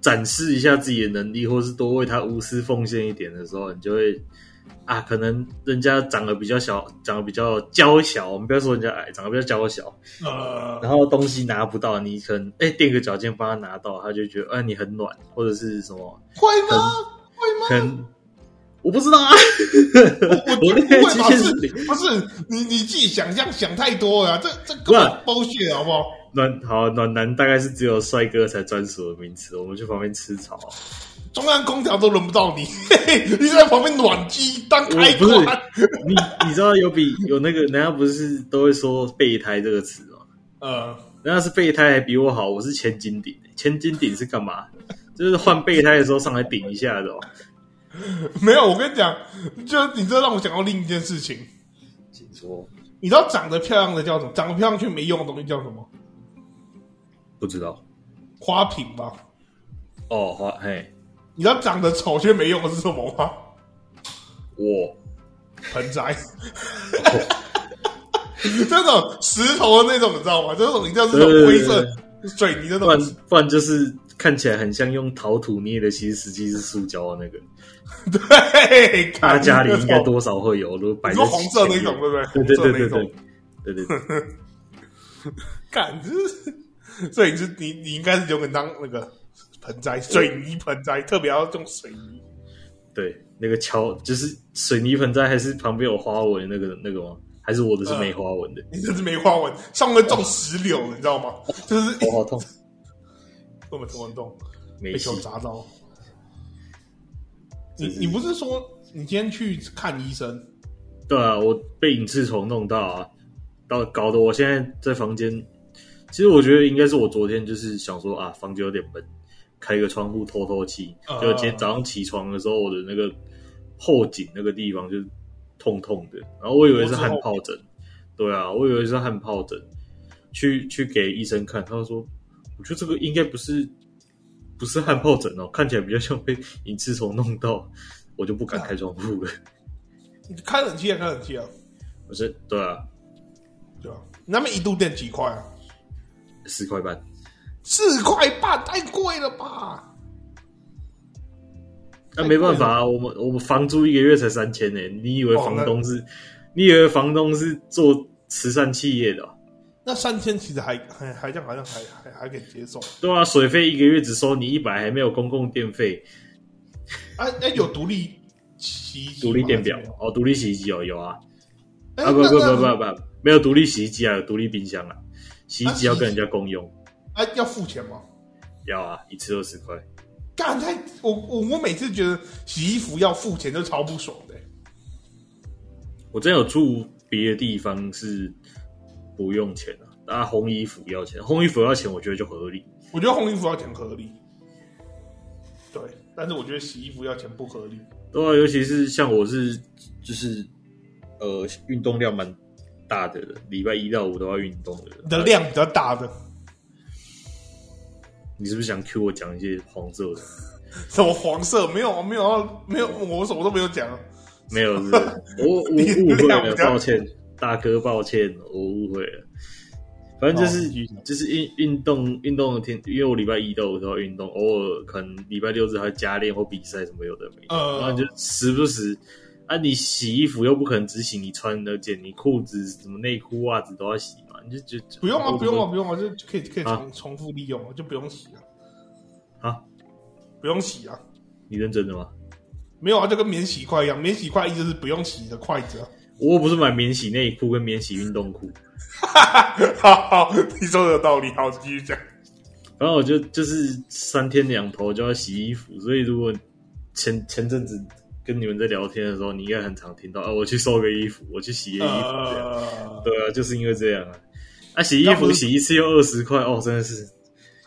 [SPEAKER 5] 展示一下自己的能力，或是多为她无私奉献一点的时候，你就会啊，可能人家长得比较小，长得比较娇小，我们不要说人家矮，长得比较娇小，
[SPEAKER 4] 呃，
[SPEAKER 5] 然后东西拿不到，你可能哎垫个脚尖帮他拿到，他就觉得哎、你很暖，或者是什么
[SPEAKER 4] 会吗？会吗？
[SPEAKER 5] 可能我不知道啊，
[SPEAKER 4] 我
[SPEAKER 5] 我
[SPEAKER 4] 觉
[SPEAKER 5] 那
[SPEAKER 4] 得
[SPEAKER 5] 天
[SPEAKER 4] 不会
[SPEAKER 5] 去
[SPEAKER 4] 吧？
[SPEAKER 5] 县
[SPEAKER 4] 是
[SPEAKER 5] 市里，
[SPEAKER 4] 不是你你自己想象想太多了啊，这这根本 bullshit 好不好？
[SPEAKER 5] 暖好暖男大概是只有帅哥才专属的名词，我们去旁边吃草。
[SPEAKER 4] 中央空调都轮不到你，你在旁边暖机当开
[SPEAKER 5] 不是
[SPEAKER 4] 关。
[SPEAKER 5] 你你知道有比有那个人家不是都会说备胎这个词吗？
[SPEAKER 4] 呃，
[SPEAKER 5] 人家是备胎还比我好，我是千斤顶。欸千斤顶是干嘛？就是换备胎的时候上来顶一下的哦。
[SPEAKER 4] 没有，我跟你讲，就你这让我想到另一件事情。
[SPEAKER 5] 请说，
[SPEAKER 4] 你知道长得漂亮的叫什么？长得漂亮却没用的东西叫什么？
[SPEAKER 5] 不知道
[SPEAKER 4] 花瓶吧。
[SPEAKER 5] 哦，花嘿，
[SPEAKER 4] 你知道长得丑却没用的是什么吗？
[SPEAKER 5] 我
[SPEAKER 4] 盆栽。 这种石头的那种，你知道吗？这种你知道这种灰色水泥的
[SPEAKER 5] 不然
[SPEAKER 4] 东西，
[SPEAKER 5] 不然就是看起来很像用陶土捏的，其实实际是塑胶的那个。
[SPEAKER 4] 对，
[SPEAKER 5] 大家家里
[SPEAKER 4] 看
[SPEAKER 5] 应该多少会有，如果摆
[SPEAKER 4] 你
[SPEAKER 5] 在
[SPEAKER 4] 说红色那种，对不对？
[SPEAKER 5] 对对对
[SPEAKER 4] 红色那
[SPEAKER 5] 对
[SPEAKER 4] 种
[SPEAKER 5] 对，对对对，
[SPEAKER 4] 干，就是，所以你是你你应该是永远当那个盆栽，水泥盆栽，特别要用水泥。
[SPEAKER 5] 对，那个桥就是水泥盆栽，还是旁边有花纹的那个那个吗？还是我的是没花纹的？
[SPEAKER 4] 你这是梅花纹，上面种石榴，你知道 吗？就是
[SPEAKER 5] 头好痛，
[SPEAKER 4] 我们头很痛，
[SPEAKER 5] 没
[SPEAKER 4] 被
[SPEAKER 5] 戏
[SPEAKER 4] 球。砸到。你
[SPEAKER 5] 真是
[SPEAKER 4] 你不是说你今天去看医生？
[SPEAKER 5] 对啊，我被隐翅虫弄到啊，到搞得我现在在房间。其实我觉得应该是我昨天就是想说啊，房间有点闷，开个窗户透透气。
[SPEAKER 4] 啊
[SPEAKER 5] 结果今天早上起床的时候，我的那个后颈那个地方就是痛痛的，然后我以为是汗疱疹，对啊，我以为是汗疱疹，去去给医生看，他说我觉得这个应该不是不是汗疱疹哦，看起来比较像被隐翅虫弄到，我就不敢开窗户了。
[SPEAKER 4] 你开冷气啊，开冷气啊，
[SPEAKER 5] 我是对啊，
[SPEAKER 4] 对吧、你那边一度电几块啊？
[SPEAKER 5] 四块半，
[SPEAKER 4] 四块半，太贵了吧？
[SPEAKER 5] 那、
[SPEAKER 4] 太
[SPEAKER 5] 没
[SPEAKER 4] 贵
[SPEAKER 5] 办法、啊，我们我们房租一个月才三千呢、你以为
[SPEAKER 4] 哦
[SPEAKER 5] 房
[SPEAKER 4] 那
[SPEAKER 5] 东是？你以为房东是做慈善企业的啊、
[SPEAKER 4] 那三千其实还还还这样，好像还还还可以接受。
[SPEAKER 5] 对啊，水费一个月只收你一百，还没有公共电费、
[SPEAKER 4] 哎、啊、哎，有独立洗衣机吗
[SPEAKER 5] 独立电表
[SPEAKER 4] 还是没有
[SPEAKER 5] 哦，独立洗衣机哦，有啊，
[SPEAKER 4] 哎
[SPEAKER 5] 啊不
[SPEAKER 4] 那
[SPEAKER 5] 不
[SPEAKER 4] 那
[SPEAKER 5] 不不不，没有独立洗衣机啊，有独立冰箱啊，洗衣机要跟人家共用，
[SPEAKER 4] 啊，要付钱吗？
[SPEAKER 5] 要啊，一次二十块，
[SPEAKER 4] 干太我我我每次觉得洗衣服要付钱就超不爽的、
[SPEAKER 5] 我真有住别的地方是不用钱的、啊，啊，烘衣服要钱，烘衣服要钱，我觉得就合理。
[SPEAKER 4] 我觉得烘衣服要钱合理，对，但是我觉得洗衣服要钱不合理。
[SPEAKER 5] 对啊，尤其是像我是就是呃运动量蛮大的人，礼拜一到五都要运动的人。啊
[SPEAKER 4] 你的量比较大的，
[SPEAKER 5] 你是不是想 Q 我讲一些黄色的？
[SPEAKER 4] 什么黄色没有没有要没有，我什么都没有讲。
[SPEAKER 5] 没有，是不是我我
[SPEAKER 4] 你
[SPEAKER 5] 误会
[SPEAKER 4] 量比
[SPEAKER 5] 了，
[SPEAKER 4] 较
[SPEAKER 5] 抱歉，大哥，抱歉，我误会了。反正就是
[SPEAKER 4] 好继续讲
[SPEAKER 5] 就是运运动运动的天，因为我礼拜一到五都要运动，偶尔可能礼拜六日还会加练或比赛什么有的没的，
[SPEAKER 4] 呃
[SPEAKER 5] 然后就时不时啊，你洗衣服又不可能只洗你穿的件，你裤子什么内裤袜子都要洗嘛，你就觉得
[SPEAKER 4] 不用啊，
[SPEAKER 5] 我
[SPEAKER 4] 不用啊，不用啊，就就可以可以
[SPEAKER 5] 啊
[SPEAKER 4] 重重复利用啊，就不用洗啊，
[SPEAKER 5] 啊，
[SPEAKER 4] 不用洗啊。
[SPEAKER 5] 你认真的吗？
[SPEAKER 4] 没有啊，就跟免洗筷一样，免洗筷意思是不用洗的筷子啊。
[SPEAKER 5] 我又不是买免洗内裤跟免洗运动裤，
[SPEAKER 4] 好好，你说的有道理，好，继续讲。
[SPEAKER 5] 然后我就就是三天两头就要洗衣服，所以如果前前阵子跟你们在聊天的时候，你应该很常听到啊，我去收个衣服，我去洗个衣服这样。
[SPEAKER 4] 呃，
[SPEAKER 5] 对啊，就是因为这样啊。啊，洗衣
[SPEAKER 4] 那不
[SPEAKER 5] 服
[SPEAKER 4] 是
[SPEAKER 5] 洗一次又二十块哦，真的是，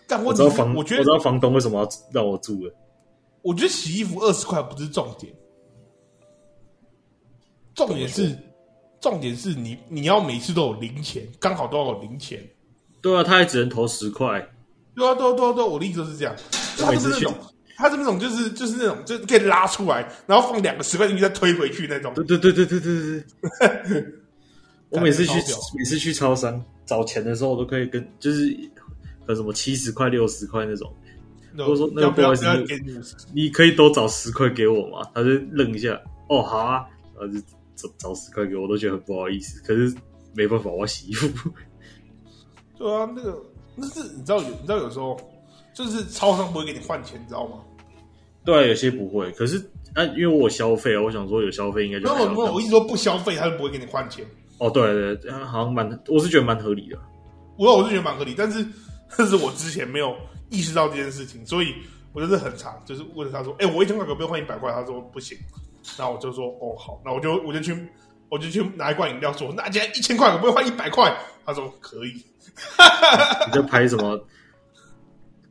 [SPEAKER 4] 但
[SPEAKER 5] 我
[SPEAKER 4] 问
[SPEAKER 5] 知
[SPEAKER 4] 题
[SPEAKER 5] 道
[SPEAKER 4] 是
[SPEAKER 5] 房，
[SPEAKER 4] 我觉
[SPEAKER 5] 知道
[SPEAKER 4] 得
[SPEAKER 5] 房东为什么要让我住了。
[SPEAKER 4] 我觉得洗衣服二十块不是重点，重点是重点是你你要每次都有零钱，刚好都要有零钱。
[SPEAKER 5] 对啊，他还只能投十块，
[SPEAKER 4] 对啊，对啊，对啊，对啊，我的意思就是这样。
[SPEAKER 5] 我
[SPEAKER 4] 他
[SPEAKER 5] 每
[SPEAKER 4] 就
[SPEAKER 5] 次
[SPEAKER 4] 是那
[SPEAKER 5] 去
[SPEAKER 4] 种，他是那种，就是就是那种，就是可以拉出来，然后放两个十块进去再推回去那种。
[SPEAKER 5] 对对对对对对对。 我每次去
[SPEAKER 4] 感觉超屌
[SPEAKER 5] 每次去超商找钱的时候，我都可以跟就是和什么七十块六十块那种，
[SPEAKER 4] 那
[SPEAKER 5] 我说那个
[SPEAKER 4] 要不要不
[SPEAKER 5] 不好意思
[SPEAKER 4] 要给你？
[SPEAKER 5] 你可以多找十块给我吗？他就愣一下，哦，好啊，然后就找找十块给我，我都觉得很不好意思。可是没办法，我要洗衣服。
[SPEAKER 4] 对啊，那个那是你知道有你知道有时候就是超商不会给你换钱，你知道吗？
[SPEAKER 5] 对啊，有些不会。可是啊，因为我有消费啊，我想说有消费应该就
[SPEAKER 4] 那
[SPEAKER 5] 还
[SPEAKER 4] 我
[SPEAKER 5] 好
[SPEAKER 4] 我我一直说不消费，他就不会给你换钱。
[SPEAKER 5] 哦，对对对，好像蛮，我是觉得蛮合理的。
[SPEAKER 4] 我我是觉得蛮合理，但是但是我之前没有意识到这件事情，所以我就是很长，就是问他说：“哎、我一千块可不可以换一百块？”他说：“不行。”然后我就说：“哦，好。”那我就我就去我就去拿一罐饮料说：“那既然一千块可不可以换一百块？”他说：“可以。
[SPEAKER 5] 你在拍什么？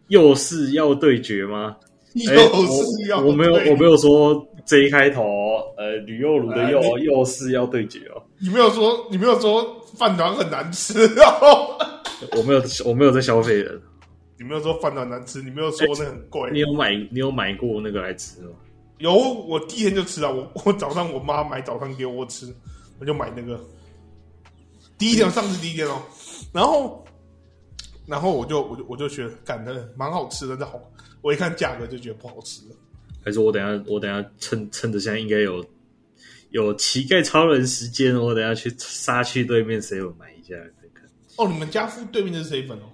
[SPEAKER 5] 又是要对 决吗？”
[SPEAKER 4] 又
[SPEAKER 5] 哎
[SPEAKER 4] 是要、
[SPEAKER 5] 我我没有我没，有说 J 开头哦，呃，吕又如的又
[SPEAKER 4] 哎
[SPEAKER 5] 又是要对决哦，
[SPEAKER 4] 你没有说你没有说饭团很难吃哦，
[SPEAKER 5] 我没有我没有在消费人。
[SPEAKER 4] 你没有说饭团难吃，你没有说那很贵。
[SPEAKER 5] 你有买你有买过那个来吃吗？
[SPEAKER 4] 有，我第一天就吃啊，我 我早上我妈买早餐给我吃，我就买那个。第一天，上次第一天哦，然后，然后我就我就我就觉得，感觉蛮好吃的，那好，我一看价格就觉得不好吃了。
[SPEAKER 5] 还是我等一下我等一下趁趁着现在应该有有乞丐超人时间，我等一下去杀去对面 s e 买一下来看看。
[SPEAKER 4] 哦，你们家附对面就是 s e v e 哦，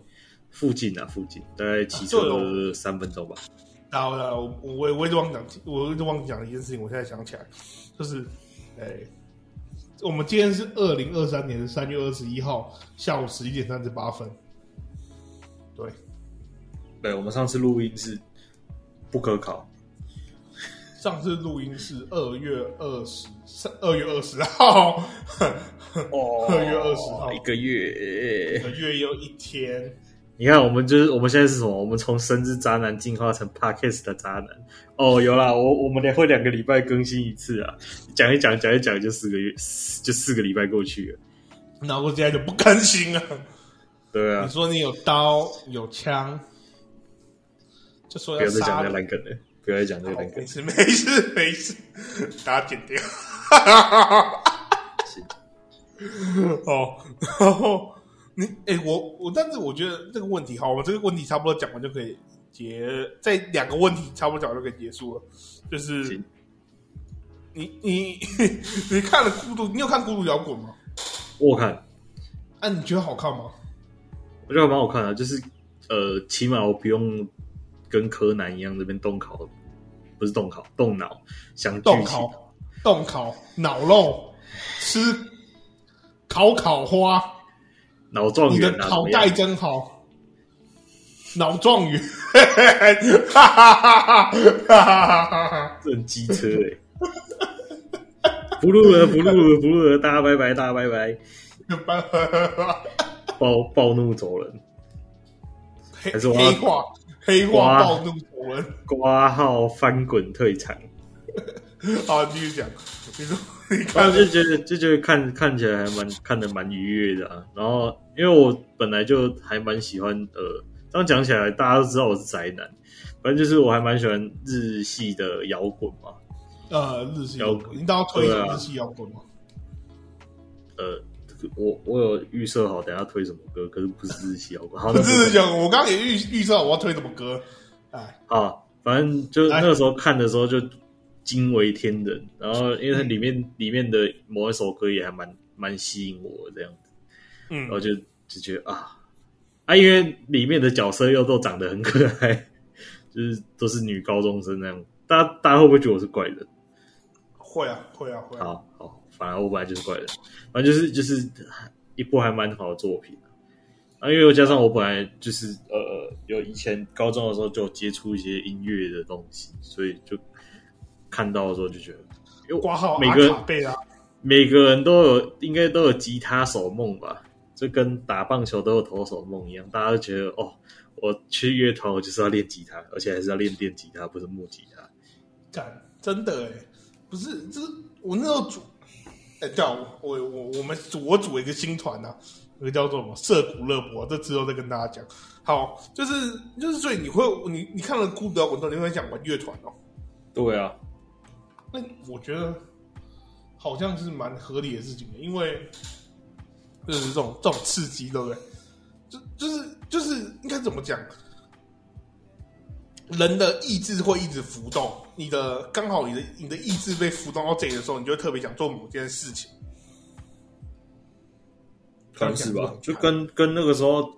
[SPEAKER 5] 附近啊，附近大概骑
[SPEAKER 4] 啊对
[SPEAKER 5] 车三分钟吧。
[SPEAKER 4] 然后呢，我我我一直忘讲，我一直忘讲一件事情，我现在想起来，就是，哎、我们今天是二零二三年的三月二十一号下午十一点三十八分，对，
[SPEAKER 5] 对，我们上次录音是不可考，
[SPEAKER 4] 上次录音是二月二十，三二月二十号，
[SPEAKER 5] 哦
[SPEAKER 4] 2月20号
[SPEAKER 5] 一个月
[SPEAKER 4] 一。个月又一天。
[SPEAKER 5] 你看，我们就是我们现在是什么？我们从生之渣男进化成 podcast 的渣男。哦，有啦，我我们两会两个礼拜更新一次啊，讲一讲，讲一讲，就四个月，四就四个礼拜过去了。
[SPEAKER 4] 然后现在就不甘心了。
[SPEAKER 5] 对啊
[SPEAKER 4] 你，说你有刀有枪，就说
[SPEAKER 5] 不要再
[SPEAKER 4] 杀
[SPEAKER 5] 讲这个
[SPEAKER 4] 人。
[SPEAKER 5] 烂梗了，不要再讲这个
[SPEAKER 4] 好
[SPEAKER 5] 烂梗
[SPEAKER 4] 没。事没事没事， 大家剪掉。
[SPEAKER 5] 行
[SPEAKER 4] 哦， 然后你哎、我我，但是我觉得这个问题，好，我们这个问题差不多讲完就可以结，在两个问题差不多讲完就可以结束了。就是
[SPEAKER 5] 行
[SPEAKER 4] 你你 你看了《孤独》，你有看《孤独摇滚》吗？
[SPEAKER 5] 我看，
[SPEAKER 4] 啊，你觉得好看吗？
[SPEAKER 5] 我觉得还蛮好看的，就是呃，起码我不用跟柯南一样这边动考，不是动考，动脑想剧
[SPEAKER 4] 动
[SPEAKER 5] 情。
[SPEAKER 4] 烤、动烤、脑肉、吃烤烤花，
[SPEAKER 5] 脑状
[SPEAKER 4] 你的
[SPEAKER 5] 元啊，
[SPEAKER 4] 脑
[SPEAKER 5] 怎么
[SPEAKER 4] 袋
[SPEAKER 5] 样
[SPEAKER 4] 真好，脑状 元，哈哈哈哈哈哈哈！
[SPEAKER 5] 这很机车哎、不录了，不录了，不录了，大家拜拜，大家拜拜，暴暴怒走人，
[SPEAKER 4] 黑
[SPEAKER 5] 还是我要
[SPEAKER 4] 黑化黑化
[SPEAKER 5] 哇
[SPEAKER 4] 暴怒仇人
[SPEAKER 5] 挂号翻滚退场。
[SPEAKER 4] 好，你继续讲，你说你
[SPEAKER 5] 然
[SPEAKER 4] 看
[SPEAKER 5] 后就觉得就觉得看看起来还蛮看的蛮愉悦的啊。然后因为我本来就还蛮喜欢呃，这样讲起来大家都知道我是宅男，反正就是我还蛮喜欢日系的摇滚嘛。
[SPEAKER 4] 呃日系摇
[SPEAKER 5] 摇
[SPEAKER 4] 滚，
[SPEAKER 5] 滚
[SPEAKER 4] 你到底要推什
[SPEAKER 5] 对
[SPEAKER 4] 么
[SPEAKER 5] 啊
[SPEAKER 4] 日系摇滚吗？
[SPEAKER 5] 呃，我我有预设好等一下推什么歌，可是不是日系摇滚，好，
[SPEAKER 4] 不
[SPEAKER 5] 那
[SPEAKER 4] 是日
[SPEAKER 5] 不
[SPEAKER 4] 系摇滚，我刚刚也预预测我要推什么歌，哎，
[SPEAKER 5] 啊，反正就是那个时候看的时候就惊为天人，然后因为它里面、里面的某一首歌也还蛮蛮吸引我的这样子，
[SPEAKER 4] 嗯
[SPEAKER 5] 然后就就觉得啊啊，因为里面的角色又都长得很可爱， 就是都是女高中生那样，大家大家会不会觉得我是怪人？
[SPEAKER 4] 会啊会啊会啊，
[SPEAKER 5] 好好，反正我本来就是怪人，反正就是就是一部还蛮好的作品啊。啊，因为又加上我本来就是呃，有以前高中的时候就有接触一些音乐的东西，所以就看到的时候就觉得，因为
[SPEAKER 4] 挂号
[SPEAKER 5] 每
[SPEAKER 4] 阿
[SPEAKER 5] 个
[SPEAKER 4] 卡贝拉，
[SPEAKER 5] 每个人都有应该都有吉他手梦吧，就跟打棒球都有投手梦一样，大家都觉得哦，我去乐团我就是要练吉他，而且还是要练电吉他，不是木吉他。
[SPEAKER 4] 干真的哎，不是这是我那时候组，哎对啊，我我我我们组我组了一个新团呐、啊。那个叫做什么社谷乐博，这之后再跟大家讲。好，就是就是，所以你会你你看了孤独摇滚之后，你会想玩乐团哦。
[SPEAKER 5] 对啊，
[SPEAKER 4] 那我觉得好像是蛮合理的事情的，因为呃就是这种这种刺激，对不对？就就是就是应该怎么讲？人的意志会一直浮动，你的刚好你的你的意志被浮动到这里的时候，你就会特别想做某件事情。
[SPEAKER 5] 算是吧，就跟跟那个时候《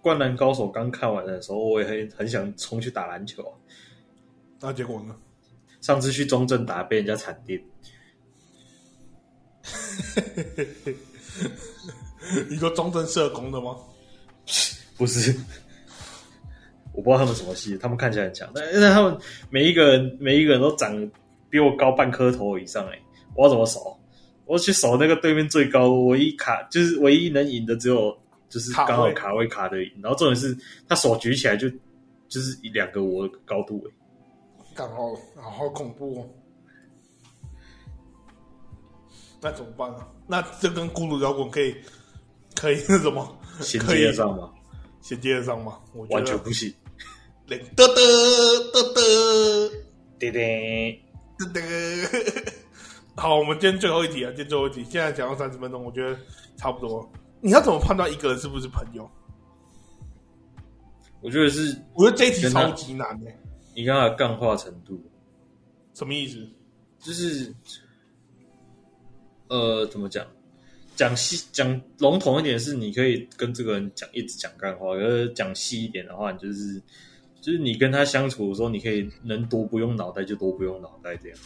[SPEAKER 5] 灌篮高手》刚看完的时候，我也很很想冲去打篮球啊、
[SPEAKER 4] 那结果呢？
[SPEAKER 5] 上次去中正打被人家惨电，
[SPEAKER 4] 你说中正社工的吗？
[SPEAKER 5] 不是， 我不知道他们什么系，他们看起来很强，但但他们每一个人每一个人都长得比我高半颗头以上、欸，我要怎么守？我去守那个对面最高，我一卡就是唯一能赢的只有就是
[SPEAKER 4] 卡
[SPEAKER 5] 刚好
[SPEAKER 4] 位
[SPEAKER 5] 卡位卡的赢，然后重点是他手举起来就就是一两个我的高度、欸，
[SPEAKER 4] 干好好好恐怖哦！那怎么办啊？那这跟孤独摇滚可以可以是什么？
[SPEAKER 5] 衔
[SPEAKER 4] 可
[SPEAKER 5] 接
[SPEAKER 4] 以
[SPEAKER 5] 得上吗？
[SPEAKER 4] 衔接得上吗？我觉
[SPEAKER 5] 完全
[SPEAKER 4] 得
[SPEAKER 5] 不行，
[SPEAKER 4] 连得得得得
[SPEAKER 5] 对对，
[SPEAKER 4] 得得。 好，我们今天最后一题啊，今天最后一题，现在讲到三十分钟，我觉得差不多。你要怎么判断一个人是不是朋友？
[SPEAKER 5] 我觉得是
[SPEAKER 4] 我觉得这一题
[SPEAKER 5] 真的
[SPEAKER 4] 超级难的、
[SPEAKER 5] 你跟他的干化程度，
[SPEAKER 4] 什么意思？
[SPEAKER 5] 就是呃，怎么讲？讲细讲笼统一点是，你可以跟这个人讲一直讲干话；，可是讲细一点的话，你就是就是你跟他相处的时候，你可以能多不用脑袋就多不用脑袋这样。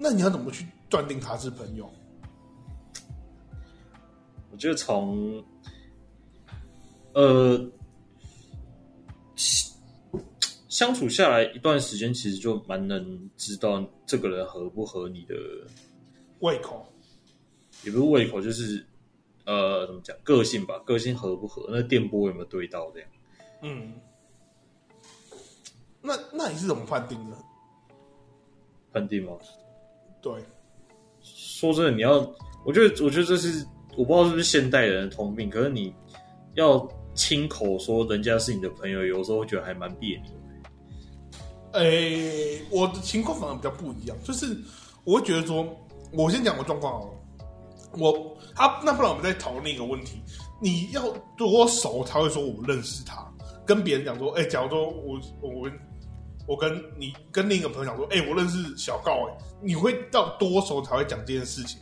[SPEAKER 4] 那你要怎么去断定他是朋友？
[SPEAKER 5] 我觉得从呃相相处下来一段时间，其实就蛮能知道这个人合不合你的
[SPEAKER 4] 胃口？
[SPEAKER 5] 也不是胃口，就是呃，怎么讲，个性吧，个性合不合，那电波有没有对到这样？
[SPEAKER 4] 嗯，那那你是怎么判定的？
[SPEAKER 5] 判定吗？
[SPEAKER 4] 对，
[SPEAKER 5] 说真的，你要，我觉得，我觉得这是我不知道是不是现代人的通病，可是你要亲口说人家是你的朋友，有时候会觉得还蛮别扭。
[SPEAKER 4] 诶、我的情况反而比较不一样，就是我会觉得说，我先讲我状况好了。我啊，那不然我们再讨论另一个问题，你要多熟才会说我认识他？跟别人讲说，哎、假如说我我跟我跟你跟另一个朋友讲说，哎、我认识小告、哎，你会到多熟才会讲这件事情？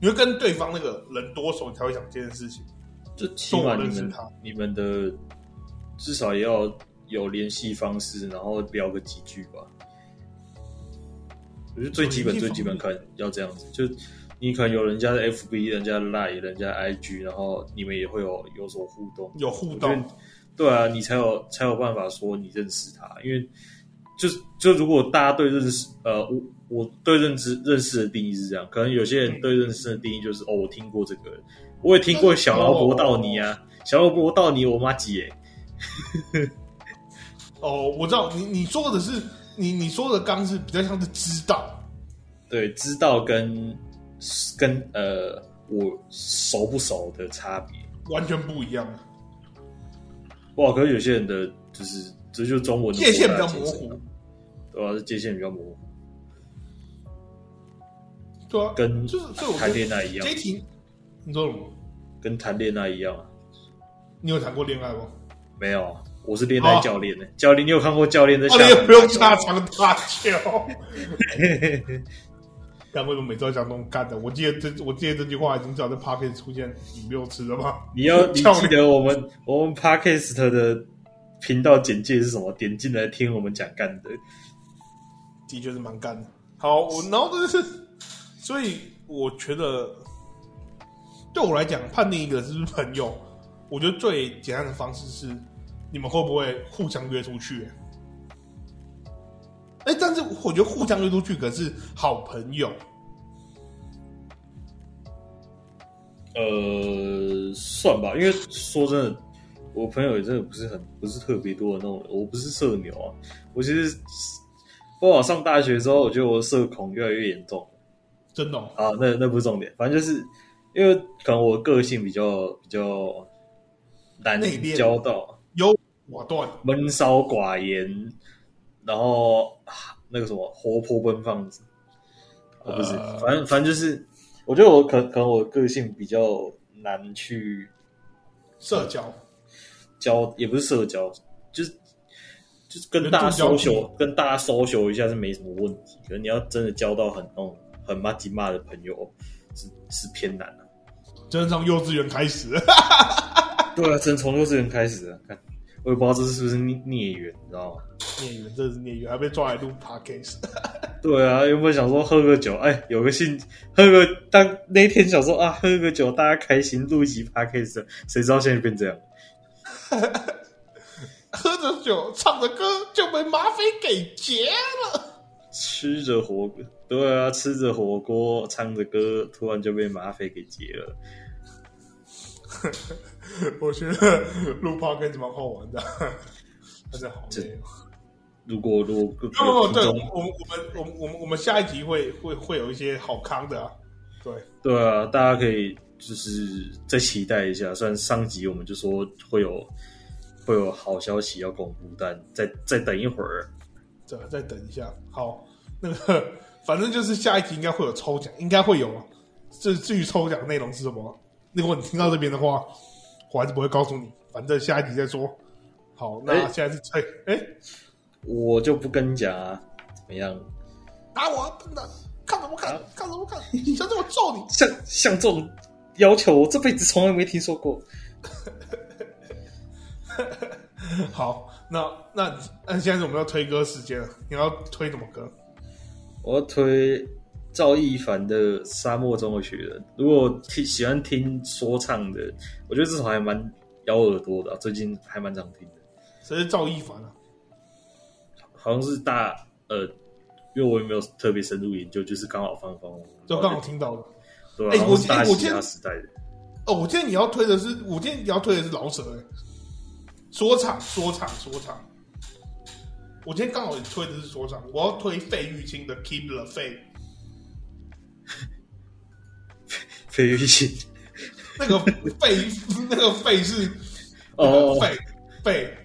[SPEAKER 4] 你会跟对方那个人多熟你才会讲这件事情？
[SPEAKER 5] 就起码你
[SPEAKER 4] 说我认识
[SPEAKER 5] 们
[SPEAKER 4] 他
[SPEAKER 5] 你们的至少也要有联系方式，然后聊个几句吧。我觉得最基本
[SPEAKER 4] 有
[SPEAKER 5] 最
[SPEAKER 4] 联系
[SPEAKER 5] 基本可能要这样子，就你可能有人家的 FB，人家的 Line，人家的 IG，然后你们也会有有所互动，
[SPEAKER 4] 有互
[SPEAKER 5] 我觉
[SPEAKER 4] 动
[SPEAKER 5] 得，对啊，你才有才有办法说你认识他，因为就就如果大家对认识呃，我我对认知认识的定义是这样，可能有
[SPEAKER 4] 嗯
[SPEAKER 5] 些人对认识的定义就是、哦，我听过这个人，我也听过小劳勃道尼啊，小劳勃道尼我妈几耶，
[SPEAKER 4] 哦，我知道你你说的是你你说的刚是比较像是知道，
[SPEAKER 5] 对，知道跟跟呃我熟不熟的差别，
[SPEAKER 4] 完全不一样，
[SPEAKER 5] 哇，可是有些人的就是这就是中文的
[SPEAKER 4] 界限比
[SPEAKER 5] 博
[SPEAKER 4] 较
[SPEAKER 5] 大精
[SPEAKER 4] 模
[SPEAKER 5] 深啊
[SPEAKER 4] 糊。，
[SPEAKER 5] 对啊，界限比较模糊，
[SPEAKER 4] 对啊，
[SPEAKER 5] 跟
[SPEAKER 4] 就是这我
[SPEAKER 5] 谈
[SPEAKER 4] 觉得
[SPEAKER 5] 恋爱一样
[SPEAKER 4] 这一，题，你说什么？
[SPEAKER 5] 跟谈恋爱一样啊。
[SPEAKER 4] 你有谈过恋爱吗？
[SPEAKER 5] 没有，我是恋爱教练呢、教练，你有看过教练在
[SPEAKER 4] 哦，
[SPEAKER 5] 下
[SPEAKER 4] 你
[SPEAKER 5] 面、
[SPEAKER 4] 也不用大长大笑。 干为什么每次要讲这种干的？我记得这我记得这句话已经至少在 p o c k e t 出现五六次了吧？
[SPEAKER 5] 你要 你
[SPEAKER 4] 教
[SPEAKER 5] 记
[SPEAKER 4] 练
[SPEAKER 5] 得我们我们 podcast 的频道简介是什么？点进来听我们讲干的。
[SPEAKER 4] 的确是蛮干的。好，我然后就是，所以我觉得对我来讲，判定一个人是不是朋友，我觉得最简单的方式是你们会不会互相约出去、哎、但是我觉得互相约出去可是好朋友，
[SPEAKER 5] 呃，算吧，因为说真的，我朋友也真的不是很不是特别多的那种人，我不是社牛啊，我其实不过我上大学之后，我觉得我的社恐越来越严重。
[SPEAKER 4] 真的哦、
[SPEAKER 5] 啊，那那不是重点，反正就是因为可能我个性比较比较难
[SPEAKER 4] 内敛
[SPEAKER 5] 交到，
[SPEAKER 4] 优寡断，
[SPEAKER 5] 闷骚寡言，然后、啊那个什么活泼奔放子，哦不是，
[SPEAKER 4] 呃
[SPEAKER 5] 反正反正就是，我觉得我可可能我个性比较难去
[SPEAKER 4] 社交
[SPEAKER 5] 交，也不是社交，就是就是跟
[SPEAKER 4] 人
[SPEAKER 5] 大家
[SPEAKER 4] 际交际
[SPEAKER 5] social 跟大家 social 一下是没什么问题，可是你要真的交到很那种很妈鸡骂的朋友，是是偏难的、
[SPEAKER 4] 真的从幼稚园开始。
[SPEAKER 5] 对啊，真从幼稚园开始的，看我也不知道这是不是孽孽缘，你知道吗？
[SPEAKER 4] 孽缘，这是孽缘，还被抓来录 podcast。
[SPEAKER 5] 对啊，原本想说喝个酒，哎，有个兴，喝个当那天想说啊，喝个酒，大家开心录一集 podcast，谁知道现在变这样？
[SPEAKER 4] 喝着酒，唱着歌，就被麻匪给劫了。
[SPEAKER 5] 吃着火锅，对啊，吃着火锅，唱着歌，突然就被马匪给劫了。
[SPEAKER 4] 我觉得录 podcast 蛮好玩的，但是好累哦。
[SPEAKER 5] 如果如果
[SPEAKER 4] 没有，
[SPEAKER 5] 各
[SPEAKER 4] 对，
[SPEAKER 5] 位
[SPEAKER 4] 我
[SPEAKER 5] 听
[SPEAKER 4] 们我们
[SPEAKER 5] 众
[SPEAKER 4] 我们我们我们下一集会会会有一些好康的、啊，对，
[SPEAKER 5] 对啊，大家可以就是再期待一下。虽然上集我们就说会有会有好消息要公布，但再再等一会儿。
[SPEAKER 4] 这再等一下。好，那个反正就是下一集应该会有抽奖，应该会有啊。至至于抽奖内容是什么，如果你听到这边的话，我还是不会告诉你，反正下一集再说。好，那
[SPEAKER 5] 哎
[SPEAKER 4] 现在是吹，哎、
[SPEAKER 5] 我就不跟你讲啊，怎么样？
[SPEAKER 4] 打我啊，笨蛋！看什么看？看什么看？想让我揍你？
[SPEAKER 5] 像像这种要求，我这辈子从来没听说过。
[SPEAKER 4] 好，那那你那现在是我们要推歌时间了，你要推什么歌？
[SPEAKER 5] 我要推赵一凡的《沙漠中的雪人》。如果听喜欢听说唱的，我觉得这首还蛮咬耳朵的啊、最近还蛮常听的。
[SPEAKER 4] 谁是赵一凡啊？
[SPEAKER 5] 好像是大呃，因为我也没有特别深入研究，就是刚好放放，
[SPEAKER 4] 就刚好听到了。
[SPEAKER 5] 对、啊，
[SPEAKER 4] 哎
[SPEAKER 5] 然
[SPEAKER 4] 我
[SPEAKER 5] 后是大
[SPEAKER 4] 哎我
[SPEAKER 5] 嘻
[SPEAKER 4] 今
[SPEAKER 5] 哈
[SPEAKER 4] 天
[SPEAKER 5] 时代的，
[SPEAKER 4] 哦，我今天你要推的是，我今天你要推的是老舍、欸，说唱，说唱，说唱。我今天刚好也推的是说唱，我要推费玉清的《Keep the Faith》。
[SPEAKER 5] 费玉清
[SPEAKER 4] 那个费， 那个费是那个
[SPEAKER 5] 哦，
[SPEAKER 4] 费费，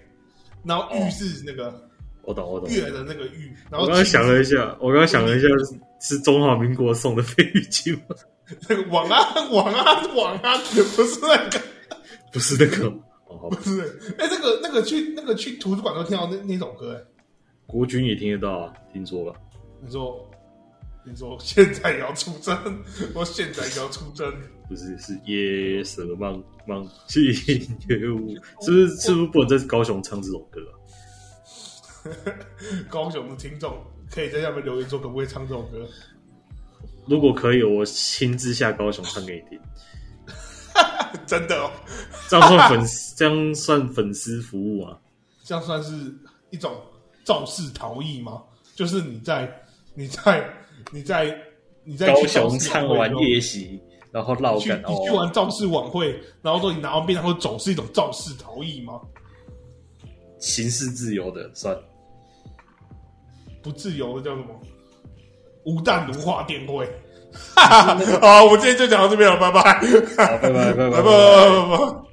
[SPEAKER 4] 然后玉是那个
[SPEAKER 5] 我懂我懂。
[SPEAKER 4] 月的那个玉，然
[SPEAKER 5] 我
[SPEAKER 4] 后
[SPEAKER 5] 刚刚
[SPEAKER 4] 清
[SPEAKER 5] 想
[SPEAKER 4] 是
[SPEAKER 5] 了一下，我刚刚想了一下，是中华民国送的费玉清吗？
[SPEAKER 4] 那个 晚安，晚安，晚安，不是那个，
[SPEAKER 5] 不是那个哦，好吧
[SPEAKER 4] 不是，哎、那个那个去那个去图书馆都听到那那首歌、哎，
[SPEAKER 5] 国军也听得到啊，听说了。
[SPEAKER 4] 你说，你说现在也要出征，我现在也要出征，
[SPEAKER 5] 不是是夜色茫茫，星月无，是不
[SPEAKER 4] 哦
[SPEAKER 5] 是是不是不能在高雄唱这首歌啊？
[SPEAKER 4] 高雄的听众可以在下面留言说可不可以唱这首歌，
[SPEAKER 5] 如果可以，我亲自下高雄唱给你听，
[SPEAKER 4] 真的哦，
[SPEAKER 5] 这样算 粉丝，这样算粉丝服务啊？
[SPEAKER 4] 这样算是一种肇事逃逸吗？就是你在你在你在你在
[SPEAKER 5] 高
[SPEAKER 4] 去
[SPEAKER 5] 雄
[SPEAKER 4] 肇事晚
[SPEAKER 5] 唱
[SPEAKER 4] 会
[SPEAKER 5] 完
[SPEAKER 4] 的时候
[SPEAKER 5] 夜袭，然后绕
[SPEAKER 4] 去
[SPEAKER 5] 干
[SPEAKER 4] 你去
[SPEAKER 5] 哦，
[SPEAKER 4] 完肇事晚会，然后说你拿完便当后走是一种肇事逃逸吗？
[SPEAKER 5] 行事自由的 算了
[SPEAKER 4] 不自由的叫什么？无弹如化电会。哈哈，好，我今天就讲到这边了，拜拜，
[SPEAKER 5] 好，拜拜
[SPEAKER 4] 拜拜，
[SPEAKER 5] 拜
[SPEAKER 4] 拜
[SPEAKER 5] 拜。
[SPEAKER 4] 拜。